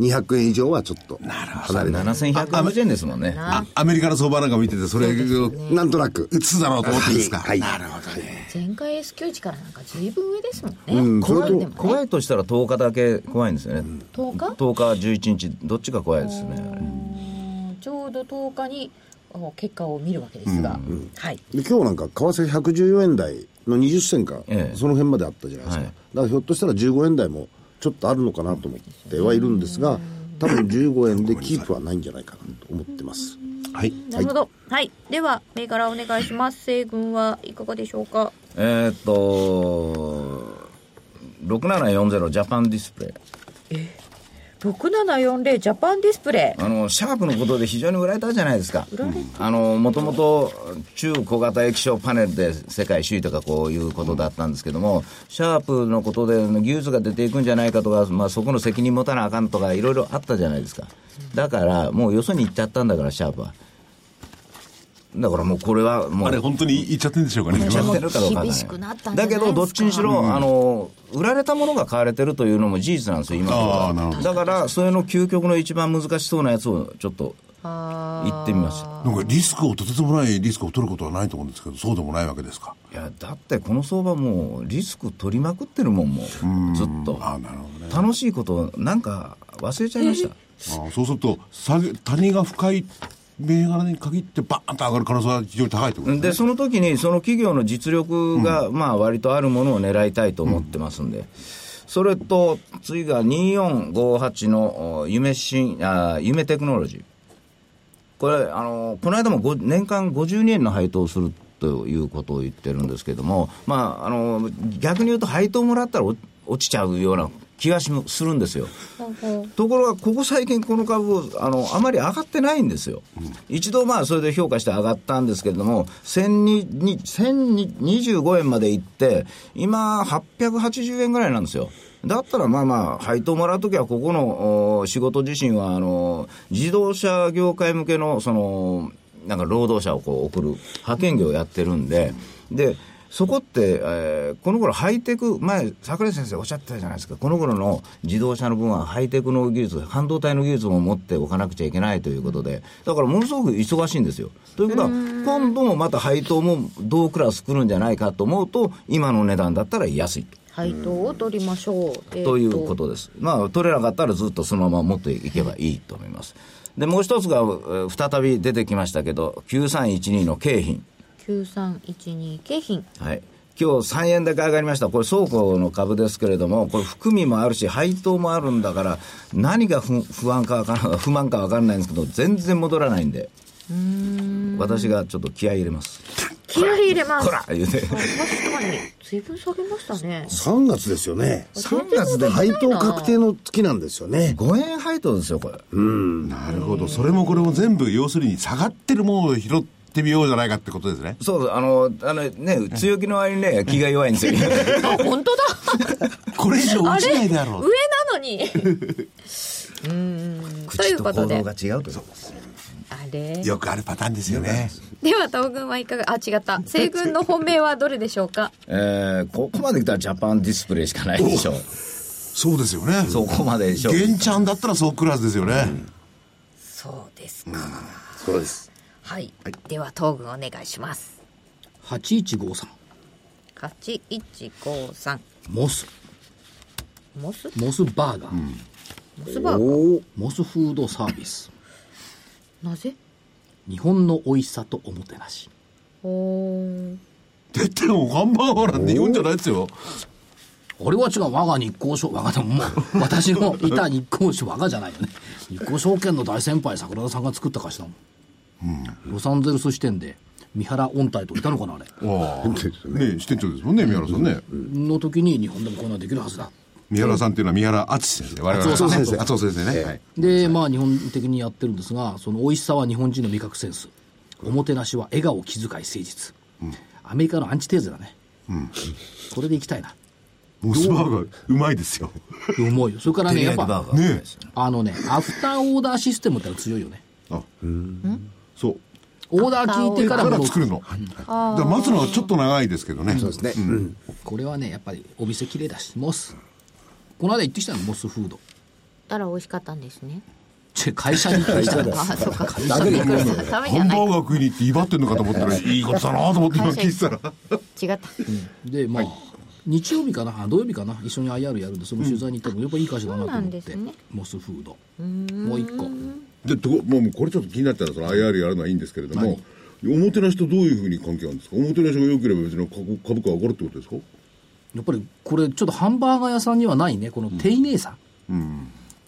200円以上はちょっと離れない
7120円ですもんね。
あアメリカの相場なんか見てて、それを
なんとなく
映すだろうと思ってるんですか。
はい
なるほどね。
前回 S q 値からなんか随分上ですもんね、
うんそれ
怖
と
いでもね
怖いとしたら10日だけ怖いんですよね。
10日
10日、11日、どっちが怖いですね。
うんちょうど10日にあ結果を見るわけですが、はい
で今日なんか為替114円台の20銭か、
ええ
その辺まであったじゃないですか、
は
だ
い
からひょっとしたら15円台もちょっとあるのかなと思ってはいるんですが多分15円でキープはないんじゃないかなと思ってます
はい
なるほど。はい。では、銘柄お願いします。西軍はいかがでしょうか
えーっと、6740ジャパンディスプレイ。
6740ジャパンディスプレイ。
あの、シャープのことで非常に売られたじゃないですか。あの、もともと中小型液晶パネルで世界首位とかこういうことだったんですけども、シャープのことで技術が出ていくんじゃないかとか、まあそこの責任持たなあかんとかいろいろあったじゃないですか。だから、もうよそに行っちゃったんだから、シャープは。だからもうこれはもう。
あれ本当に言っちゃってんでしょうかね
ちゃってるかどうかわかんない
厳しくなったんじゃない
だ
で
け
すか
どどっちにしろ、あの売られたものが買われてるというのも事実なんですよ今のところ
ああなるほ
だからそれの究極の一番難しそうなやつをちょっと行ってみました
なんかリスクをとてつもないリスクを取ることはないと思うんですけどそうでもないわけですか
いやだってこの相場もうリスク取りまくってるもんもうずっと
ああなるほどね
楽しいことなんか忘れちゃいました
ああそうすると下げ谷が深い銘柄に限ってバーンと上がる可能性は非常に高いってことですね
でその時にその企業の実力が、まあ割とあるものを狙いたいと思ってますんで、それと次が2458のお夢新あ夢テクノロジーこれあのこの間もご年間52円の配当をするということを言ってるんですけども、まあ、あの逆に言うと配当もらったら落落ちちゃうような気がしするんですよ。ところが、ここ最近、この株をあの、あまり上がってないんですよ、一度、まあ、それで評価して上がったんですけれども、1025円まで行って、今、880円ぐらいなんですよ。だったらまあまあ、配当もらうときは、ここのお仕事自身はあの、自動車業界向けのその、なんか労働者をこう送る派遣業をやってるんで、で、そこって、えーこの頃ハイテク、前、桜井先生おっしゃってたじゃないですか、この頃の自動車の分はハイテクの技術、半導体の技術も持っておかなくちゃいけないということで、だからものすごく忙しいんですよ。ということは、今度もまた配当も同クラス来るんじゃないかと思うと、今の値段だったら安いと。
配当を取りましょう。えー
ということです、まあ、取れなかったらずっとそのまま持っていけばいいと思います。でもう一つが、えー再び出てきましたけど、9312の景品、
9312景品。
はい、今日3円だけ上がりました、これ、倉庫の株ですけれども、これ、含みもあるし、配当もあるんだから、何が不不安かわからん不満か分からないんですけど、全然戻らないんで、私がちょっと気合い入れます、
気合い入れます。
こら言うて。
あ確かに、随分下げましたね。
3月ですよね
3月で
配当確定の月なんですよね
5円配当ですよ、これ。
なるほどそれもこれも全部要するに下がってるものを拾ってみようじゃないかってことですね
そうそう、あの、あのね、強気の割にね、気が弱いんですよ。
あ、本当だ
これ以上
あ
落
れ
ちない
上な
だろう
のにうーん。 ということで、あ
口と行動が違うという
れ
よくあるパターンですよね
では、東軍はいかが、あ、違った。西軍の本命はどれでしょうか
えー、ここまで来たらジャパンディスプレイしかないでしょ
そうですよね
そこまででしょ
玄ちゃんだったらそうクラスですよね、
そうですか。
そうです
はい。では、東軍お願いします。
8153
8153。
モス
モス
モスバーガー、
モスバーガー。
おお
モスフードサービス
なぜ
日本の美味しさとおもてなし
おー
出てもハンバーガーなんて言うんじゃないですよ
俺は違う我が日光証我がでももう私のいた日光証我がじゃないよ ね日光証券の大先輩桜田さんが作った会社だもん、ロサンゼルス支店で三原音体といたのかなあれ
ああね支店長ですもんね三原さんね、
の時に日本でもこういうのはできるはずだ
三原さんっていうのは三原敦先生我々
敦夫先生
敦夫先生ね、はい
でまあ日本的にやってるんですがその美味しさは日本人の味覚センスおもてなしは笑顔気遣い誠実、アメリカのアンチテーゼだね、これでいきたいな
モスバーガーうまいですよ
って思うよそれからねやっぱ
ガー
あのねアフターオーダーシステムってのは強いよね
あそう
オーダー聞いてか
だ
ら
から
も
作るの、はいだから待つのはちょっと長いですけどねそうですね、うん
これはねやっぱりお店綺麗だしモスこの間行ってきたのモスフード
たら美味しかったんですね。
ち会社に行ってきたの
あ、そうか。食
だけで
べ
言うの
じ
ハ
ゃ
ンバ
ない。
ーガー食いに行って威張ってんのかと思ったらいいことだなと思って今聞いてたら
違った。
でまあ、日曜日かなあ土曜日かな一緒に IR やるんでその取材に行ったのもやっぱいい会社だなと
そうな
思
ん
っ
です
て、
ね
モスフードもう一個
でとこもうもうこれちょっと気になったらその IR やるのはいいんですけれども、おもてなしとどういうふうに関係あるんですかおもてなしが良ければ別に株株価上がるってことですか
やっぱりこれちょっとハンバーガー屋さんにはないねこの丁寧さ、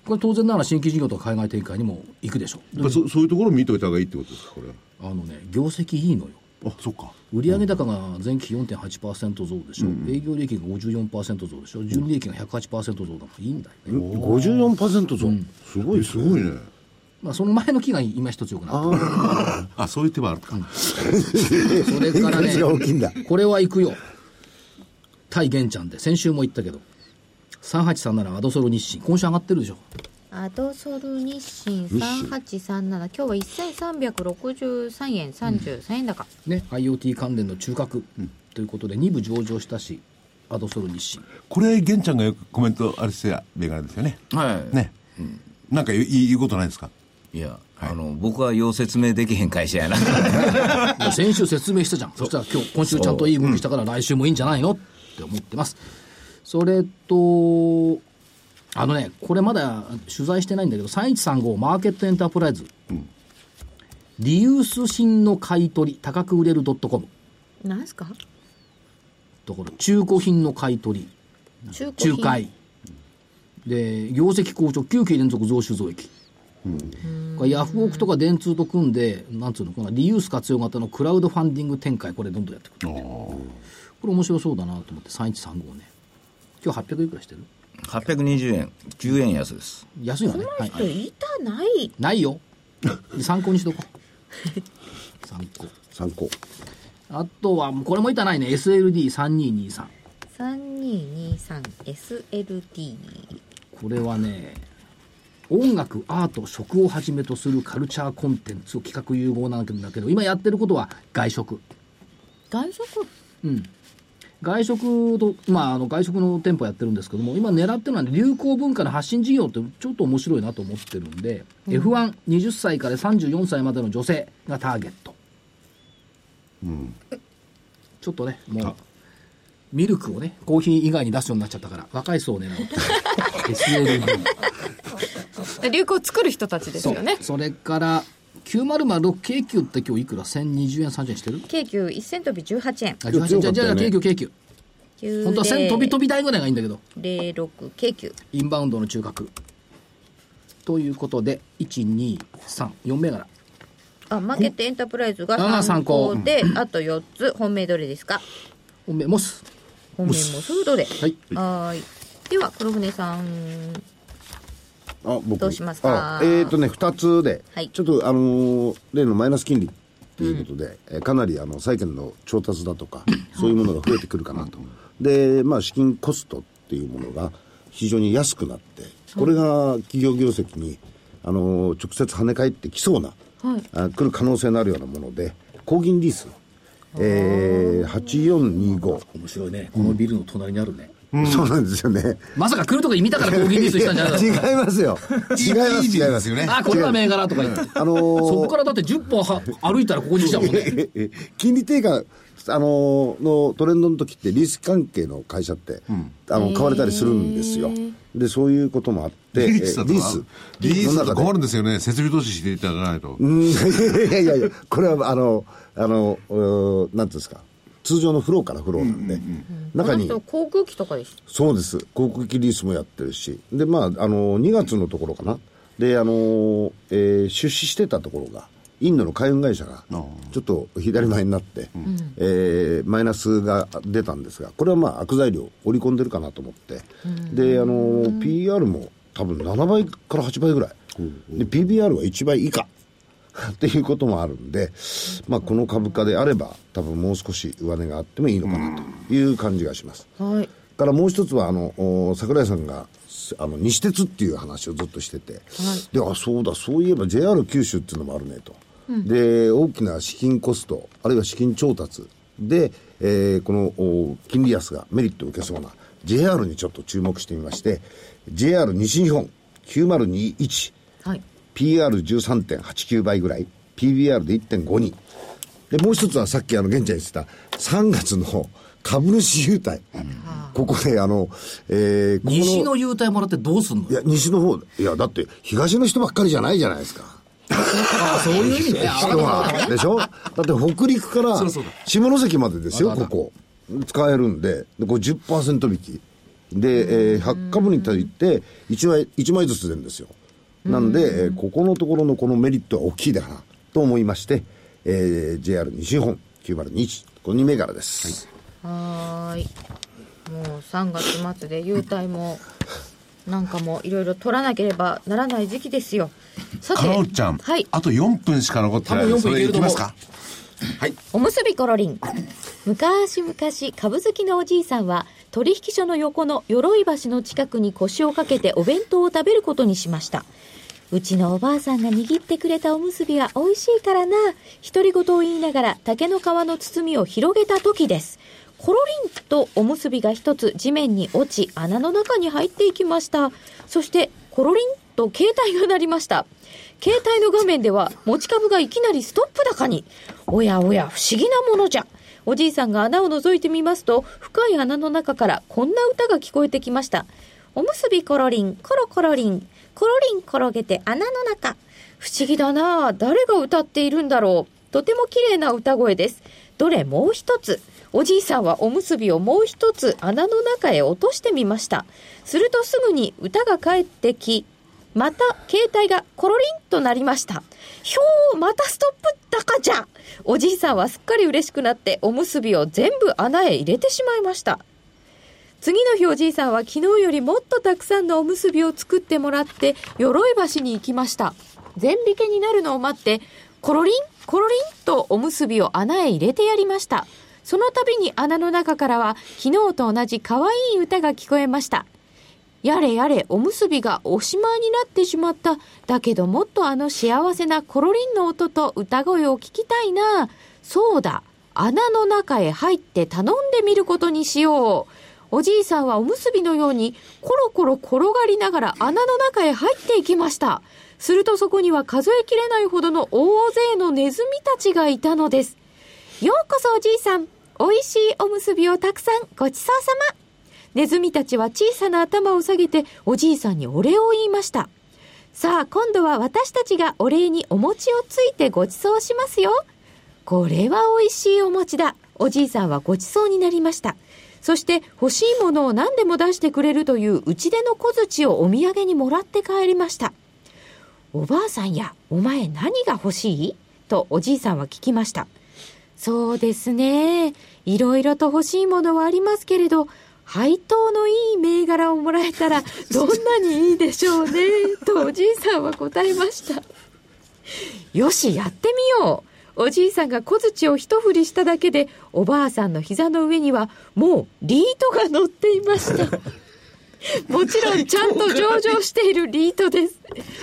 これ当然ながら新規事業とか海外展開にも行くでしょう
やっぱそそういうところを見といた方がいいってことですか、これは。
あのね業績いいのよ
あ、そっか。
売上高が前期4.8%増でしょ、営業利益が54%増でしょ純利益が108%増だからいいんだよね、
54%増、すごいですす
ご
ね
いね。
まあ、その前の期が今一つよくなって
あ、そういう手はあるか。
るそれ からね
変化が大きいんだ
これは行くよ対玄ちゃんで先週も言ったけど3837アドソロ日清今週上がってるでしょ
アドソル日清3837今日は1363円33円高、
ね IoT 関連の中核ということで2部上場したしアドソロ日清
これ、玄ちゃんがよくコメントあれしてや、銘柄ですよね。
はい。
ね。なんか言う言うことないですか
いや、あの、僕はよう説明できへん会社やな。
もう先週説明したじゃん。そしたら今日、今週ちゃんといい動きしたから来週もいいんじゃないのって思ってます。それと、あのね、これまだ取材してないんだけど、3135マーケットエンタープライズ。リユース品の買い取り、高く売れる .com。
なんすか
ところ、中古品の買い取り、
中古品
仲介。で、業績好調、9期連続増収増益。これヤフオクとか電通と組んで、なんつうのかな、リユース活用型のクラウドファンディング展開、これどんどんやってくる、これ面白そうだなと思って、3135ね。今日800いくらしてる
820円、9円安です。
安いわね。はい
ちょっと板ない
ないよ。で参考にしとこう。参考。
参考
あとは、これもいたないね。SLD3223。
3223SLT
これはね音楽アート食をはじめとするカルチャーコンテンツを企画融合なんだけど今やってることは外食
外食
外食と、まあ、あの外食の店舗やってるんですけども今狙ってるのはね、流行文化の発信事業ってちょっと面白いなと思ってるんで、F120 歳から34歳までの女性がターゲット、ちょっとねもうミルクをねコーヒー以外に出すようになっちゃったから若い層を狙おうと SLB
流行を作る人たちですよね
そうそれから9006京急って今日いくら1020円30円してる
京急1000飛び18円
あ18円じゃあじゃあ京急京急本当は1000飛び飛び台ぐらいがいいんだけど
06京急
インバウンドの中核ということで1234銘柄
あマーケットエンタープライズが
ああ参
参
考
考であと4つ本命どれですか
本命モス
本命もそうどれは
はい
ーいでは黒船さん
あ僕
どうしますか
あえっ、とね2つで、
はい
ちょっとあのー例のマイナス金利ということで、えーかなりあの債券の調達だ とかそういうものが増えてくるかなとでまあ資金コストっていうものが非常に安くなってこれが企業業績にあのー直接跳ね返ってきそうな、あ来る可能性のあるようなもので高銀リース、えー、8425、
面白いねこのビルの隣にあるね、
そうなんですよね
まさか来るとこに見たからコーヒーリースしたんじゃない
違
の
いますよ違います違いますよね
あこれは銘柄とか言って
あのー
そこからだって10本は歩いたらここに来たもんね
ええ金利低下、あののトレンドの時ってリース関係の会社って、あの買われたりするんですよでそういうこともあって
リース
え
だと
リー
な
ス
リースだと
の
困
中
るんですよね。設備投資していただかないと。
でいやいやいやこれはあのあのうーなんていうんですか通常のフローからフローなんで、中に
この人航空機とかです
そうです航空機リースもやってるしでまああの2月のところかなであの、えー出資してたところがインドの海運会社がちょっと左前になって、えーマイナスが出たんですがこれはまあ悪材料織り込んでるかなと思って、であの PR も多分7倍から8倍ぐらい、で PBR は1倍以下 っていうこともあるんで、まあ、この株価であれば多分もう少し上値があってもいいのかなという感じがします。
はい
からもう一つはあのお桜井さんがすあの西鉄っていう話をずっとしてて、であそうだそういえば JR 九州っていうのもあるねと、で大きな資金コストあるいは資金調達で、えーこのお金利安がメリットを受けそうな JR にちょっと注目してみまして JR 西日本9021
はい
PR13.89 倍ぐらい PBR で1.52でもう一つはさっきあの現地に言ってた3月の株主優待、ここであの、えー、ここ
西の優待もらってどうすんの
いや西の方いやだって東の人ばっかりじゃないじゃないですか
ああそういう意味ね
人はでしょだって北陸から下関までですよここ使えるんででこれ10%引きで、えー100株に対して1枚 ,1 枚ずつ出るんですよなんで、えーここのところのこのメリットは大きいだなと思いまして、えー JR 西日本9021この2銘柄です、
はーい。もう3月末で優待も、なんかもいろいろ取らなければならない時期ですよ。さて、
カノンちゃん、
はい。
あと4分しか残ってない
多分4
そ
分いける
れい
と
き
思う
ますか
おむすびコロリン。昔々株好きのおじいさんは取引所の横の鎧橋の近くに腰をかけてお弁当を食べることにしました。うちのおばあさんが握ってくれたおむすびは美味しいからな。独り言を言いながら竹の皮の包みを広げた時です。コロリンとおむすびが一つ地面に落ち穴の中に入っていきました。そしてコロリンと携帯が鳴りました。携帯の画面では持ち株がいきなりストップ高に。おやおや不思議なものじゃ。おじいさんが穴を覗いてみますと深い穴の中からこんな歌が聞こえてきました。おむすびコロリン、コロコロリン、コロリン転げて穴の中。不思議だなあ誰が歌っているんだろう。とても綺麗な歌声です。どれもう一つ。おじいさんはおむすびをもう一つ穴の中へ落としてみました。するとすぐに歌が返ってき、また携帯がコロリンとなりました。ひょー、またストップ高じゃおじいさんはすっかり嬉しくなっておむすびを全部穴へ入れてしまいました。次の日おじいさんは昨日よりもっとたくさんのおむすびを作ってもらって鎧橋に行きました全引けになるのを待ってコロリンコロリンとおむすびを穴へ入れてやりましたその度に穴の中からは昨日と同じ可愛い歌が聞こえましたやれやれおむすびがおしまいになってしまっただけどもっとあの幸せなコロリンの音と歌声を聞きたいなそうだ穴の中へ入って頼んでみることにしようおじいさんはおむすびのようにコロコロ転がりながら穴の中へ入っていきましたするとそこには数えきれないほどの大勢のネズミたちがいたのですようこそおじいさんおいしいおむすびをたくさんごちそうさまネズミたちは小さな頭を下げておじいさんにお礼を言いました。さあ今度は私たちがお礼にお餅をついてごちそうしますよ。これは美味しいお餅だ。おじいさんはごちそうになりました。そして欲しいものを何でも出してくれるという打ち出の小槌をお土産にもらって帰りました。おばあさんや、お前何が欲しいとおじいさんは聞きました。そうですね。いろいろと欲しいものはありますけれど、配当のいい銘柄をもらえたら、どんなにいいでしょうね。とおじいさんは答えました。よし、やってみよう。おじいさんが小槌を一振りしただけで、おばあさんの膝の上には、もうリートが乗っていま した。もちろんちゃんと上場しているリートです。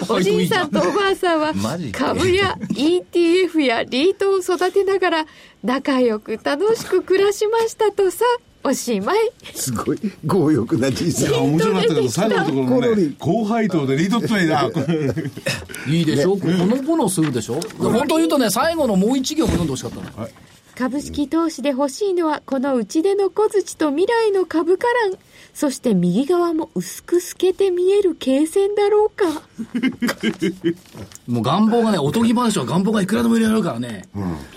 おじいさんとおばあさんは
マジで
株や ETF やリートを育てながら仲良く楽しく暮らしましたとさ、おしまい。
すごい強欲なじいさ
いや
ん
面白かったけど最後のところのね高配当でリードトレイだ
いいでしょ、このものをするでしょ本当言うとね最後のもう一行も読んでほしかったの
株式投資で欲しいのはこの打ち出の小槌と未来の株価欄そして右側も薄く透けて見える経線だろうか
もう願望 がねおとぎ話は願望がいくらでも入れられるからね、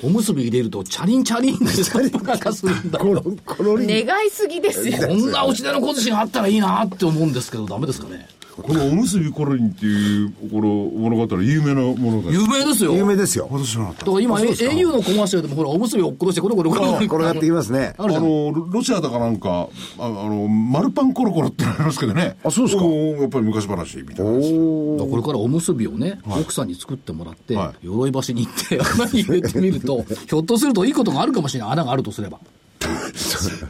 おむすび入れるとチャリンチャリンでストップなんかするんだ
コ
こ
ロコロリ
願
ン
いすぎですよ
んなおちでの小槌があったらいいなって思うんですけどダメですかね
このおむすびコロリンっていうこの物語有名なものだよ
有名ですよ
有名ですよ
私知らなかった
だから今 au のコマーシャルでもほらおむすび落っことしてこれこれこれこれ
転がってきますね
あのロロシアだかなんかああの丸パンコロコロってありますけどね
あそうですか
おやっぱり昔話みたいな
だからこれからおむすびをね、奥さんに作ってもらって、
は
鎧橋に行って 穴に入れてみるとひょっとするといいことがあるかもしれない穴があるとすれば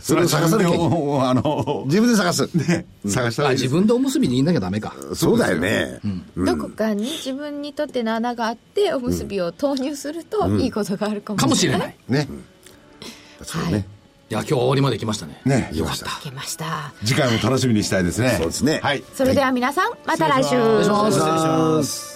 それを探さなきゃいけない
おおあの
自分で探す、探した
あ
らいい
自分でおむすびにいなきゃダメか
そうだよね、
どこかに自分にとっての穴があっておむすびを投入するといいことがあるか
かも
もし
し
れ
れ
な
ないい
ね
いや今日は終わりまで来ましたね
ね
よかった
いけました
次回も楽しみにしたいですね
そうですね
はい
それでは皆さんまた来週
お願いします
失礼します